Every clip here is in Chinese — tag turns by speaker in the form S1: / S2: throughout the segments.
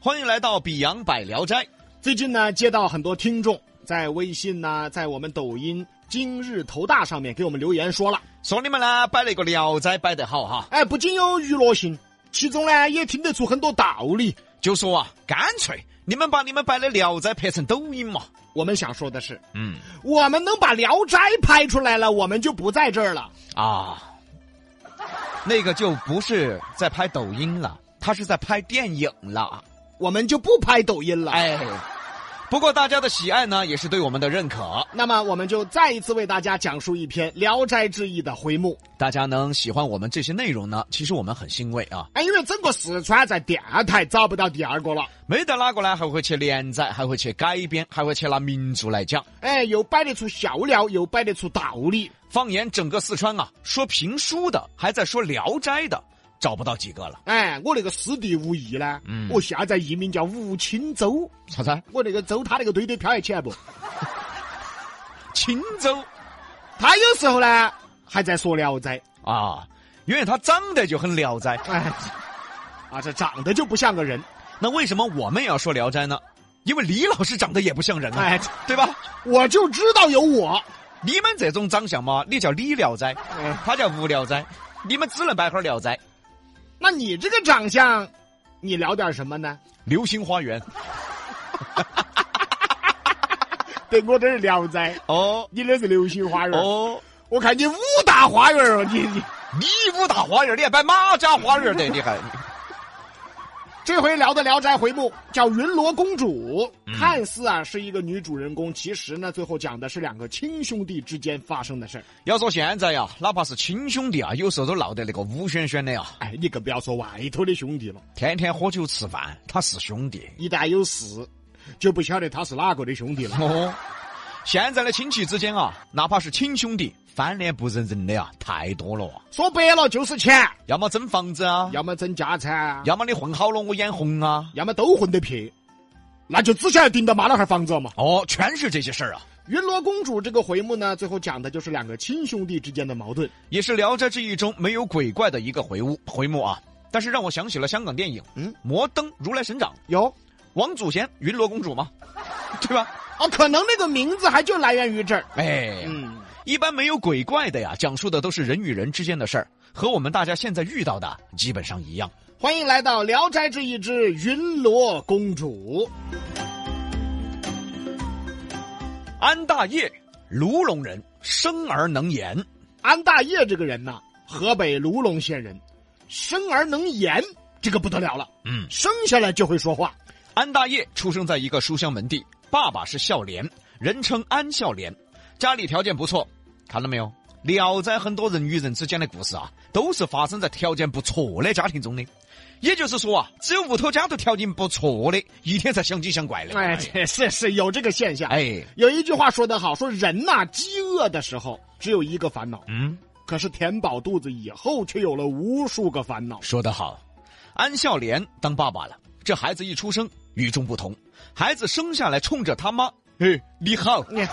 S1: 欢迎来到《比洋百聊斋》。
S2: 最近呢，接到很多听众在微信呐、在我们抖音今日头大上面给我们留言说了，
S1: 说你们呢摆那个《聊斋》摆得好哈，
S2: 哎，不仅有娱乐性，其中呢也听得出很多道理。
S1: 就说啊，干脆你们把你们摆的《聊斋》拍成抖音嘛。
S2: 我们想说的是，
S1: 嗯
S2: 我们能把《聊斋》拍出来了，我们就不在这儿了。
S1: 啊，那个就不是在拍抖音了，他是在拍电影了。
S2: 我们就不拍抖音了。哎，
S1: 哎，不过大家的喜爱呢，也是对我们的认可。
S2: 那么我们就再一次为大家讲述一篇《聊斋志异》的回目。
S1: 大家能喜欢我们这些内容呢，其实我们很欣慰啊。
S2: 哎，因为整个四川在电台找不到第二个了。
S1: 没得哪个呢，还会去连载，还会去改编，还会去拿名著来讲。
S2: 哎，又摆得出笑料，又摆得出道理。
S1: 放眼整个四川啊，说评书的，还在说《聊斋》的，找不到几个了。
S2: 哎，我那个师弟吴毅呢，
S1: 嗯
S2: 我下载艺名叫吴青州，
S1: 啥子？
S2: 我那个州他那个堆堆飘得起 来不？
S1: 青州
S2: 他有时候呢还在说《聊斋》，
S1: 啊，因为他长得就很《聊斋》，
S2: 哎， 啊，这长得就不像个人，
S1: 那为什么我们也要说《聊斋》呢？因为李老师长得也不像人啊，
S2: 哎，
S1: 对吧？
S2: 我就知道有我。
S1: 你们这种长相嘛，你叫李聊斋，
S2: 哎，
S1: 他叫吴聊斋，你们只能摆会儿聊斋。
S2: 那你这个长相，你聊点什 么呢？
S1: 流星花园
S2: 对，我这是《聊斋》，
S1: 哦
S2: 你那是《流星花园》。
S1: 哦，
S2: 我看你五大花园儿，你 你
S1: 你武大花园，你还摆马家花园的，你还
S2: 这回聊的《聊斋》回目叫云罗公主，
S1: 嗯
S2: 看似啊是一个女主人公，其实呢最后讲的是两个亲兄弟之间发生的事儿。
S1: 要说现在呀，哪怕是亲兄弟啊，有时候都闹得那个乌喧喧的呀，
S2: 哎，你更不要说外头的兄弟了，
S1: 天天喝酒吃饭，他是兄弟
S2: 一旦有事，就不晓得他是哪个的兄弟了。
S1: 哦。现在的亲戚之间啊，哪怕是亲兄弟，翻脸不认人的呀，太多了啊。
S2: 说白了就是钱，
S1: 要么争房子啊，
S2: 要么争家产啊，
S1: 要么你混好了我眼红啊，
S2: 要么都混得撇，那就只晓得盯着妈老汉儿房子嘛。
S1: 哦，全是这些事儿啊。
S2: 云罗公主这个回目呢，最后讲的就是两个亲兄弟之间的矛盾。
S1: 也是《聊斋志异》中没有鬼怪的一个回屋回目啊。但是让我想起了香港电影《
S2: 嗯
S1: 摩登如来神掌》，
S2: 有
S1: 王祖贤云罗公主嘛，对吧？
S2: 哦，可能那个名字还就来源于这儿。
S1: 哎，
S2: 嗯，
S1: 一般没有鬼怪的呀，讲述的都是人与人之间的事儿，和我们大家现在遇到的基本上一样。
S2: 欢迎来到《聊斋志异》之云罗公主。
S1: 安大业，卢龙人，生而能言，
S2: 安大业这个人呐，河北卢龙县人，生而能言，这个不得了了。
S1: 嗯，
S2: 生下来就会说话。
S1: 安大业出生在一个书香门第，爸爸是孝廉，人称安孝廉，家里条件不错。看到没有，《聊斋》很多人与人之间的故事啊，都是发生在条件不错的家庭中的。也就是说啊，只有屋头家头条件不错的，一天才相亲相怪的。
S2: 哎，这是是有这个现象。
S1: 哎，
S2: 有一句话说得好，说人呐、饥饿的时候只有一个烦恼，
S1: 嗯，
S2: 可是填饱肚子以后却有了无数个烦恼。
S1: 说得好，安孝廉当爸爸了，这孩子一出生与众不同，孩子生下来冲着他妈，哎，你好，
S2: 你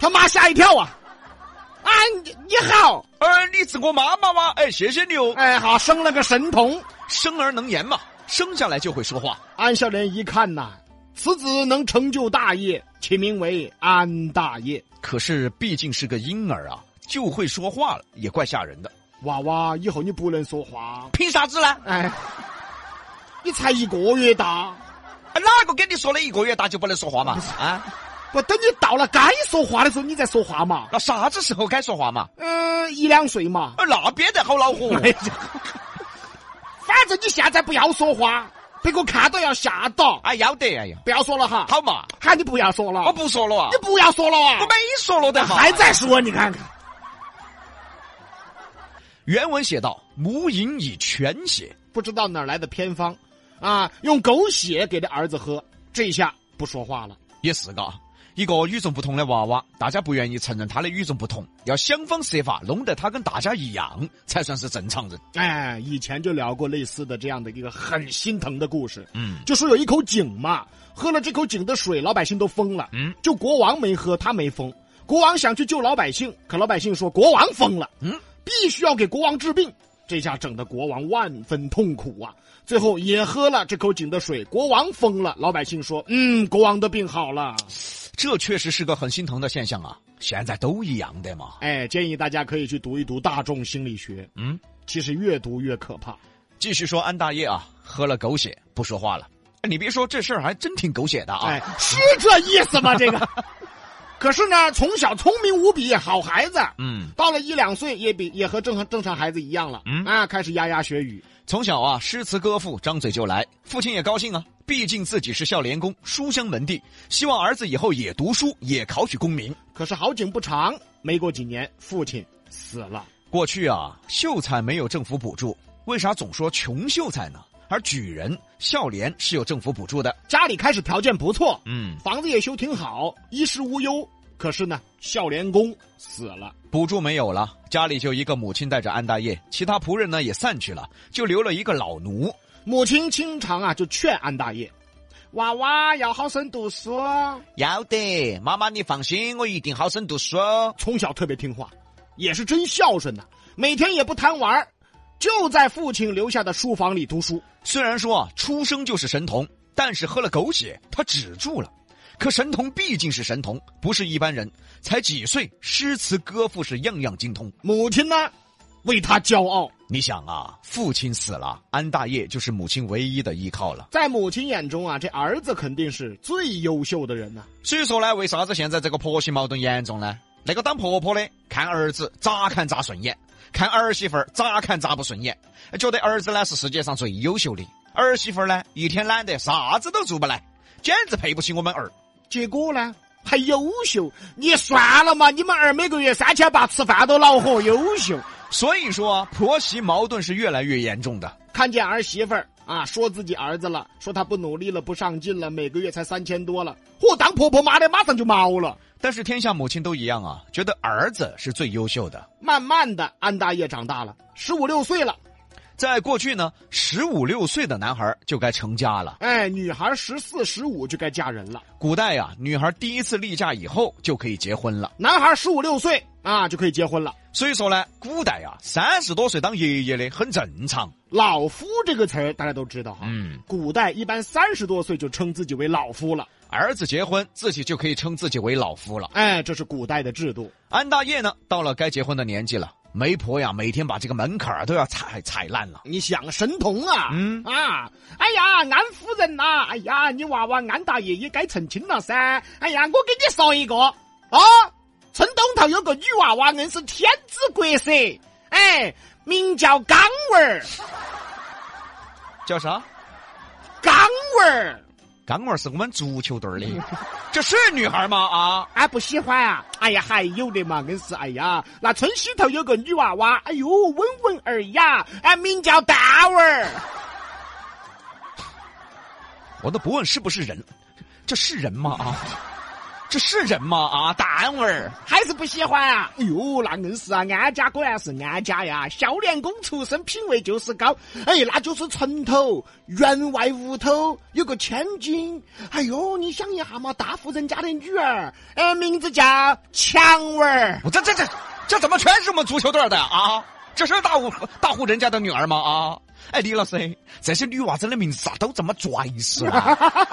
S2: 他妈吓一跳啊！啊，你你好，
S1: 哎，你是我妈妈吗？哎，谢谢你哦。
S2: 哎，好，生了个神童。
S1: 生而能言嘛，生下来就会说话。
S2: 安孝廉一看呐、此子能成就大业，起名为安大业。
S1: 可是毕竟是个婴儿啊，就会说话了，也怪吓人的。
S2: 娃娃，以后你不能说话。
S1: 凭啥子呢？
S2: 哎，你才一个月大，
S1: 啊哪个跟你说的一个月大就不能说话 嘛？啊，
S2: 不等你到了该说话的时候，你再说话嘛。
S1: 那啥子时候该说话嘛？
S2: 嗯、一两岁嘛。
S1: 啊，那憋得好恼火。
S2: 哎呀，反正你现在不要说话，别个看到要吓到。
S1: 哎，要得，哎呀，
S2: 不要说了哈，
S1: 好嘛，
S2: 喊你不要说了，
S1: 我不说了啊
S2: 你，不要说了啊
S1: 我，没说了的嘛。
S2: 还在说，你看看。
S1: 原文写道：“母饮以泉血。
S2: 不知道哪儿来的偏方，啊，用狗血给他儿子喝，这下不说话了。”
S1: 也是个啊一个与众不同的娃娃，大家不愿意承认他的与众不同，要想方设法弄得他跟大家一样，才算是正常人。
S2: 哎，以前就聊过类似的这样的一个很心疼的故事，
S1: 嗯
S2: 就说有一口井嘛，喝了这口井的水，老百姓都疯了，
S1: 嗯
S2: 就国王没喝，他没疯。国王想去救老百姓，可老百姓说国王疯了，
S1: 嗯，
S2: 必须要给国王治病。这下整的国王万分痛苦啊！最后也喝了这口井的水，国王疯了。老百姓说：“嗯，国王的病好了。
S1: 这确实是个很心疼的现象啊，现在都一样的嘛”。
S2: 哎，建议大家可以去读一读大众心理学。
S1: 嗯，
S2: 其实越读越可怕。
S1: 继续说安大爷啊，喝了狗血不说话了。哎你别说，这事儿还真挺狗血的啊。
S2: 哎，是这意思吗？这 个。可是呢，从小聪明无比，好孩子。
S1: 嗯，
S2: 到了一两岁，也比也和正常正常孩子一样了。
S1: 嗯
S2: 啊，开始牙牙学语。
S1: 从小啊，诗词歌赋张嘴就来，父亲也高兴啊，毕竟自己是孝廉公，书香门第，希望儿子以后也读书，也考取功名。
S2: 可是好景不长，没过几年，父亲死了。
S1: 过去啊，秀才没有政府补助，为啥总说穷秀才呢？而举人、孝廉是有政府补助的。
S2: 家里开始条件不错，
S1: 嗯，
S2: 房子也修挺好，衣食无忧。可是呢，孝廉公死了，
S1: 补助没有了，家里就一个母亲带着安大爷，其他仆人呢也散去了，就留了一个老奴。
S2: 母亲经常啊就劝安大爷，娃娃要好生读书，
S1: 要得，妈妈你放心，我一定好生读书。
S2: 从小特别听话，也是真孝顺呐、每天也不贪玩儿，就在父亲留下的书房里读书。
S1: 虽然说啊，出生就是神童，但是喝了狗血，他止住了。可神童毕竟是神童，不是一般人，才几岁，诗词歌赋是样样精通。
S2: 母亲呢，为他骄傲，
S1: 你想啊，父亲死了，安大爷就是母亲唯一的依靠了。
S2: 在母亲眼中啊，这儿子肯定是最优秀的人呐、
S1: 所以说呢，为啥子现在这个婆媳矛盾严重呢？那个当婆婆的看儿子咋看咋顺眼，看儿媳妇儿咋看咋不顺眼，觉得儿子呢是世界上最优秀的，儿媳妇儿呢一天懒得啥子都做不来，简直配不起我们儿。
S2: 结果呢，还优秀。你算了嘛，你们儿每个月三千八吃饭都恼火，优秀。
S1: 所以说啊，婆媳矛盾是越来越严重的。
S2: 看见儿媳妇儿啊，说自己儿子了，说他不努力了，不上进了，每个月才三千多了。嚯，当婆婆妈的马上就毛了。
S1: 但是天下母亲都一样啊，觉得儿子是最优秀的。
S2: 慢慢的，安大爷长大了，十五六岁了。
S1: 在过去呢，十五六岁的男孩就该成家了。
S2: 哎，女孩十四、十五就该嫁人了，
S1: 古代呀、女孩第一次例假以后就可以结婚了。
S2: 男孩十五六岁啊就可以结婚了。
S1: 所以说呢，古代呀、三十多岁当爷爷的很正常。
S2: 老夫这个词儿大家都知道哈，
S1: 嗯，
S2: 古代一般三十多岁就称自己为老夫了。
S1: 儿子结婚，自己就可以称自己为老夫了。
S2: 哎，这是古代的制度。
S1: 安大爷呢，到了该结婚的年纪了，媒婆呀，每天把这个门槛儿都要踩踩烂了。
S2: 你想神童啊，
S1: 嗯
S2: 啊，哎呀，安夫人呐、哎呀，你娃娃安大爷也该成亲了噻，哎呀，我给你说一个，哦，村东头有个女娃娃，硬是天之国色，哎，名叫刚娃儿，
S1: 叫啥？
S2: 刚娃儿，
S1: 刚娃儿是我们足球队儿的，这是女孩吗？啊，
S2: 俺不喜欢啊，哎呀，还有的嘛，硬是，哎呀，那村西头有个女娃娃，哎呦，温文尔雅，哎，名叫大娃儿，
S1: 我都不问是不是人，这是人吗？啊，这是人吗？啊，单位儿。
S2: 还是不喜欢啊！哎呦，那硬是啊，安家果然是安家呀，孝廉公出身，品味就是高。哎，那就是城头员外屋头有个千金。哎呦，你想一下嘛，大户人家的女儿，哎，名字叫强娃儿。
S1: 我这这这这怎么全是我们足球队的啊？这是大户大户人家的女儿吗？啊？哎，李老师，这些女娃子的名字咋都这么拽死了？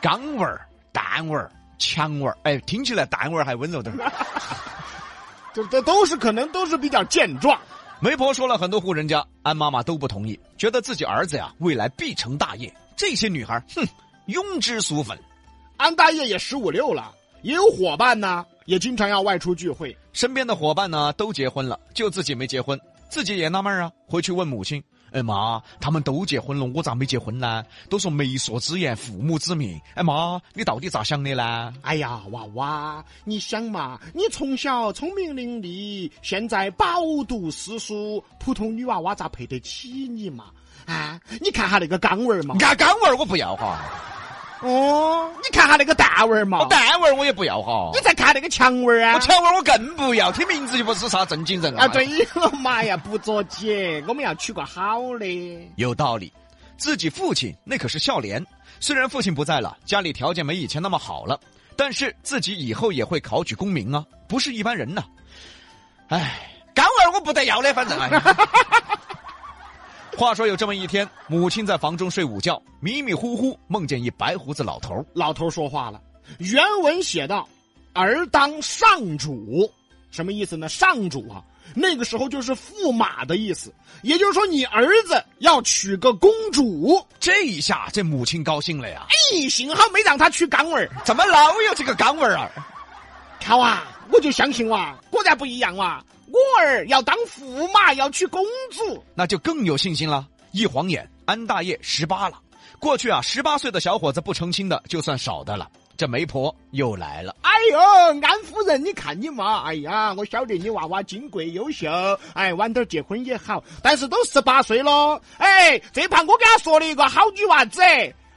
S1: 刚味儿、蛋味儿、强味儿，哎，听起来蛋味儿还温柔点儿。
S2: 这这都是可能都是比较健壮。
S1: 媒婆说了很多户人家，安妈妈都不同意，觉得自己儿子呀未来必成大业。这些女孩，哼，庸脂俗粉。
S2: 安大爷也十五六了，也有伙伴呐，也经常要外出聚会。
S1: 身边的伙伴呢都结婚了，就自己没结婚，自己也纳闷啊，回去问母亲：“哎妈，他们都结婚了，我咋没结婚呢？都说媒妁之言，父母之命。哎妈，你到底咋想的呢
S2: 哎呀，娃娃，你想嘛，你从小聪明伶俐，现在饱读诗书，普通女娃娃咋配得起你嘛？啊，你看下那个钢娃儿嘛？”，
S1: 干干味儿我不要哈，啊
S2: 哦，你看下那个蛋娃儿嘛
S1: 我？蛋味儿我也不要哈
S2: 你，再看那个强娃儿啊
S1: 我？强味儿我更不要，听名字就不是啥正经人
S2: 啊，对了，妈呀，不着急，我们要娶个好的。
S1: 有道理。自己父亲那可是孝廉，虽然父亲不在了，家里条件没以前那么好了，但是自己以后也会考取功名啊，不是一般人呐、唉，干娃儿我不得要的，反正。哎 话说有这么一天，母亲在房中睡午觉，迷迷糊糊梦见一白胡子老头儿。
S2: 老头说话了，原文写道：“儿当上主”，什么意思呢？上主啊，那个时候就是驸马的意思，也就是说你儿子要娶个公主。
S1: 这一下，这母亲高兴了呀！
S2: 哎，幸好没让他娶干娃儿，
S1: 怎么老有这个岗位儿啊？
S2: 看哇，啊我就相信哇，果然不一样哇，我儿要当驸马，要娶公主。
S1: 那就更有信心了。一晃眼，安大爷十八了。过去啊，十八岁的小伙子不成亲的就算少的了。这媒婆又来了，
S2: 哎呦，安夫人，你看你嘛，哎呀，我晓得你娃娃金贵优秀，哎，晚点结婚也好，但是都十八岁了，哎，这盘我给他说了一个好女娃子，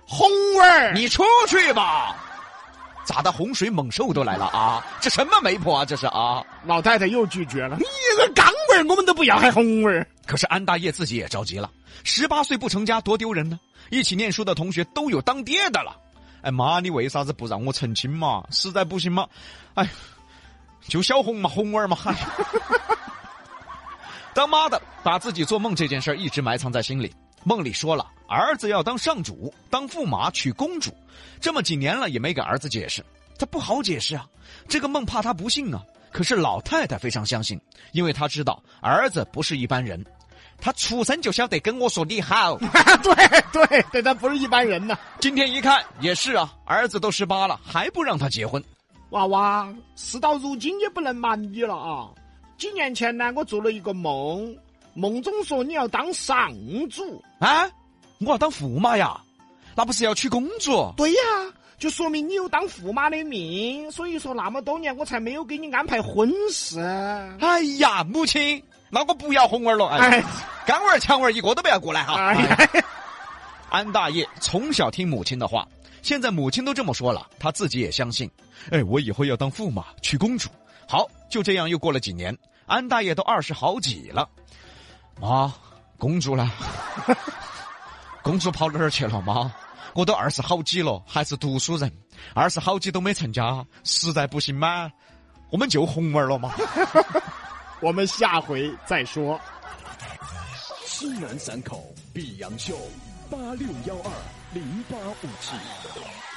S2: 红儿，
S1: 你出去吧。咋的？洪水猛兽都来了啊！这什么媒婆啊？这是啊！
S2: 老太太又拒绝了，你个钢味儿我们都不要，还红味儿。
S1: 可是安大爷自己也着急了，十八岁不成家多丢人呢。一起念书的同学都有当爹的了。哎妈，你为啥子不让我成亲嘛？实在不行嘛，哎，就小红嘛，红儿嘛。哎、 当妈的把自己做梦这件事儿一直埋藏在心里，梦里说了儿子要当上主，当驸马，娶公主。这么几年了也没给儿子解释，他不好解释啊。这个梦怕他不信啊。可是老太太非常相信，因为她知道儿子不是一般人，他出生就晓得跟我说你好。
S2: 对对对，他不是一般人呐。
S1: 今天一看也是啊，儿子都十八了，还不让他结婚。
S2: 娃娃，事到如今也不能瞒你了啊！几年前呢，我做了一个梦，梦中说你要当上主。
S1: 啊，我要当驸马呀，那不是要娶公主？
S2: 对呀、就说明你有当驸马的命，所以说那么多年我才没有给你安排婚事。
S1: 哎呀，母亲，那我不要红儿了，哎
S2: 哎
S1: 呀，干娃儿、强娃儿一个都不要过来哈。
S2: 哎
S1: 哎
S2: 呀，
S1: 安大爷从小听母亲的话，现在母亲都这么说了，他自己也相信。哎，我以后要当驸马，娶公主。好，就这样又过了几年，安大爷都二十好几了，妈，公主呢？ 公主跑哪儿去了？妈，我都二十好几了，还是读书人，二十好几都没成家，实在不行嘛，我们就红儿了嘛。
S2: 我们下回再说。
S3: 西南散口碧阳秀八六幺二零八五七。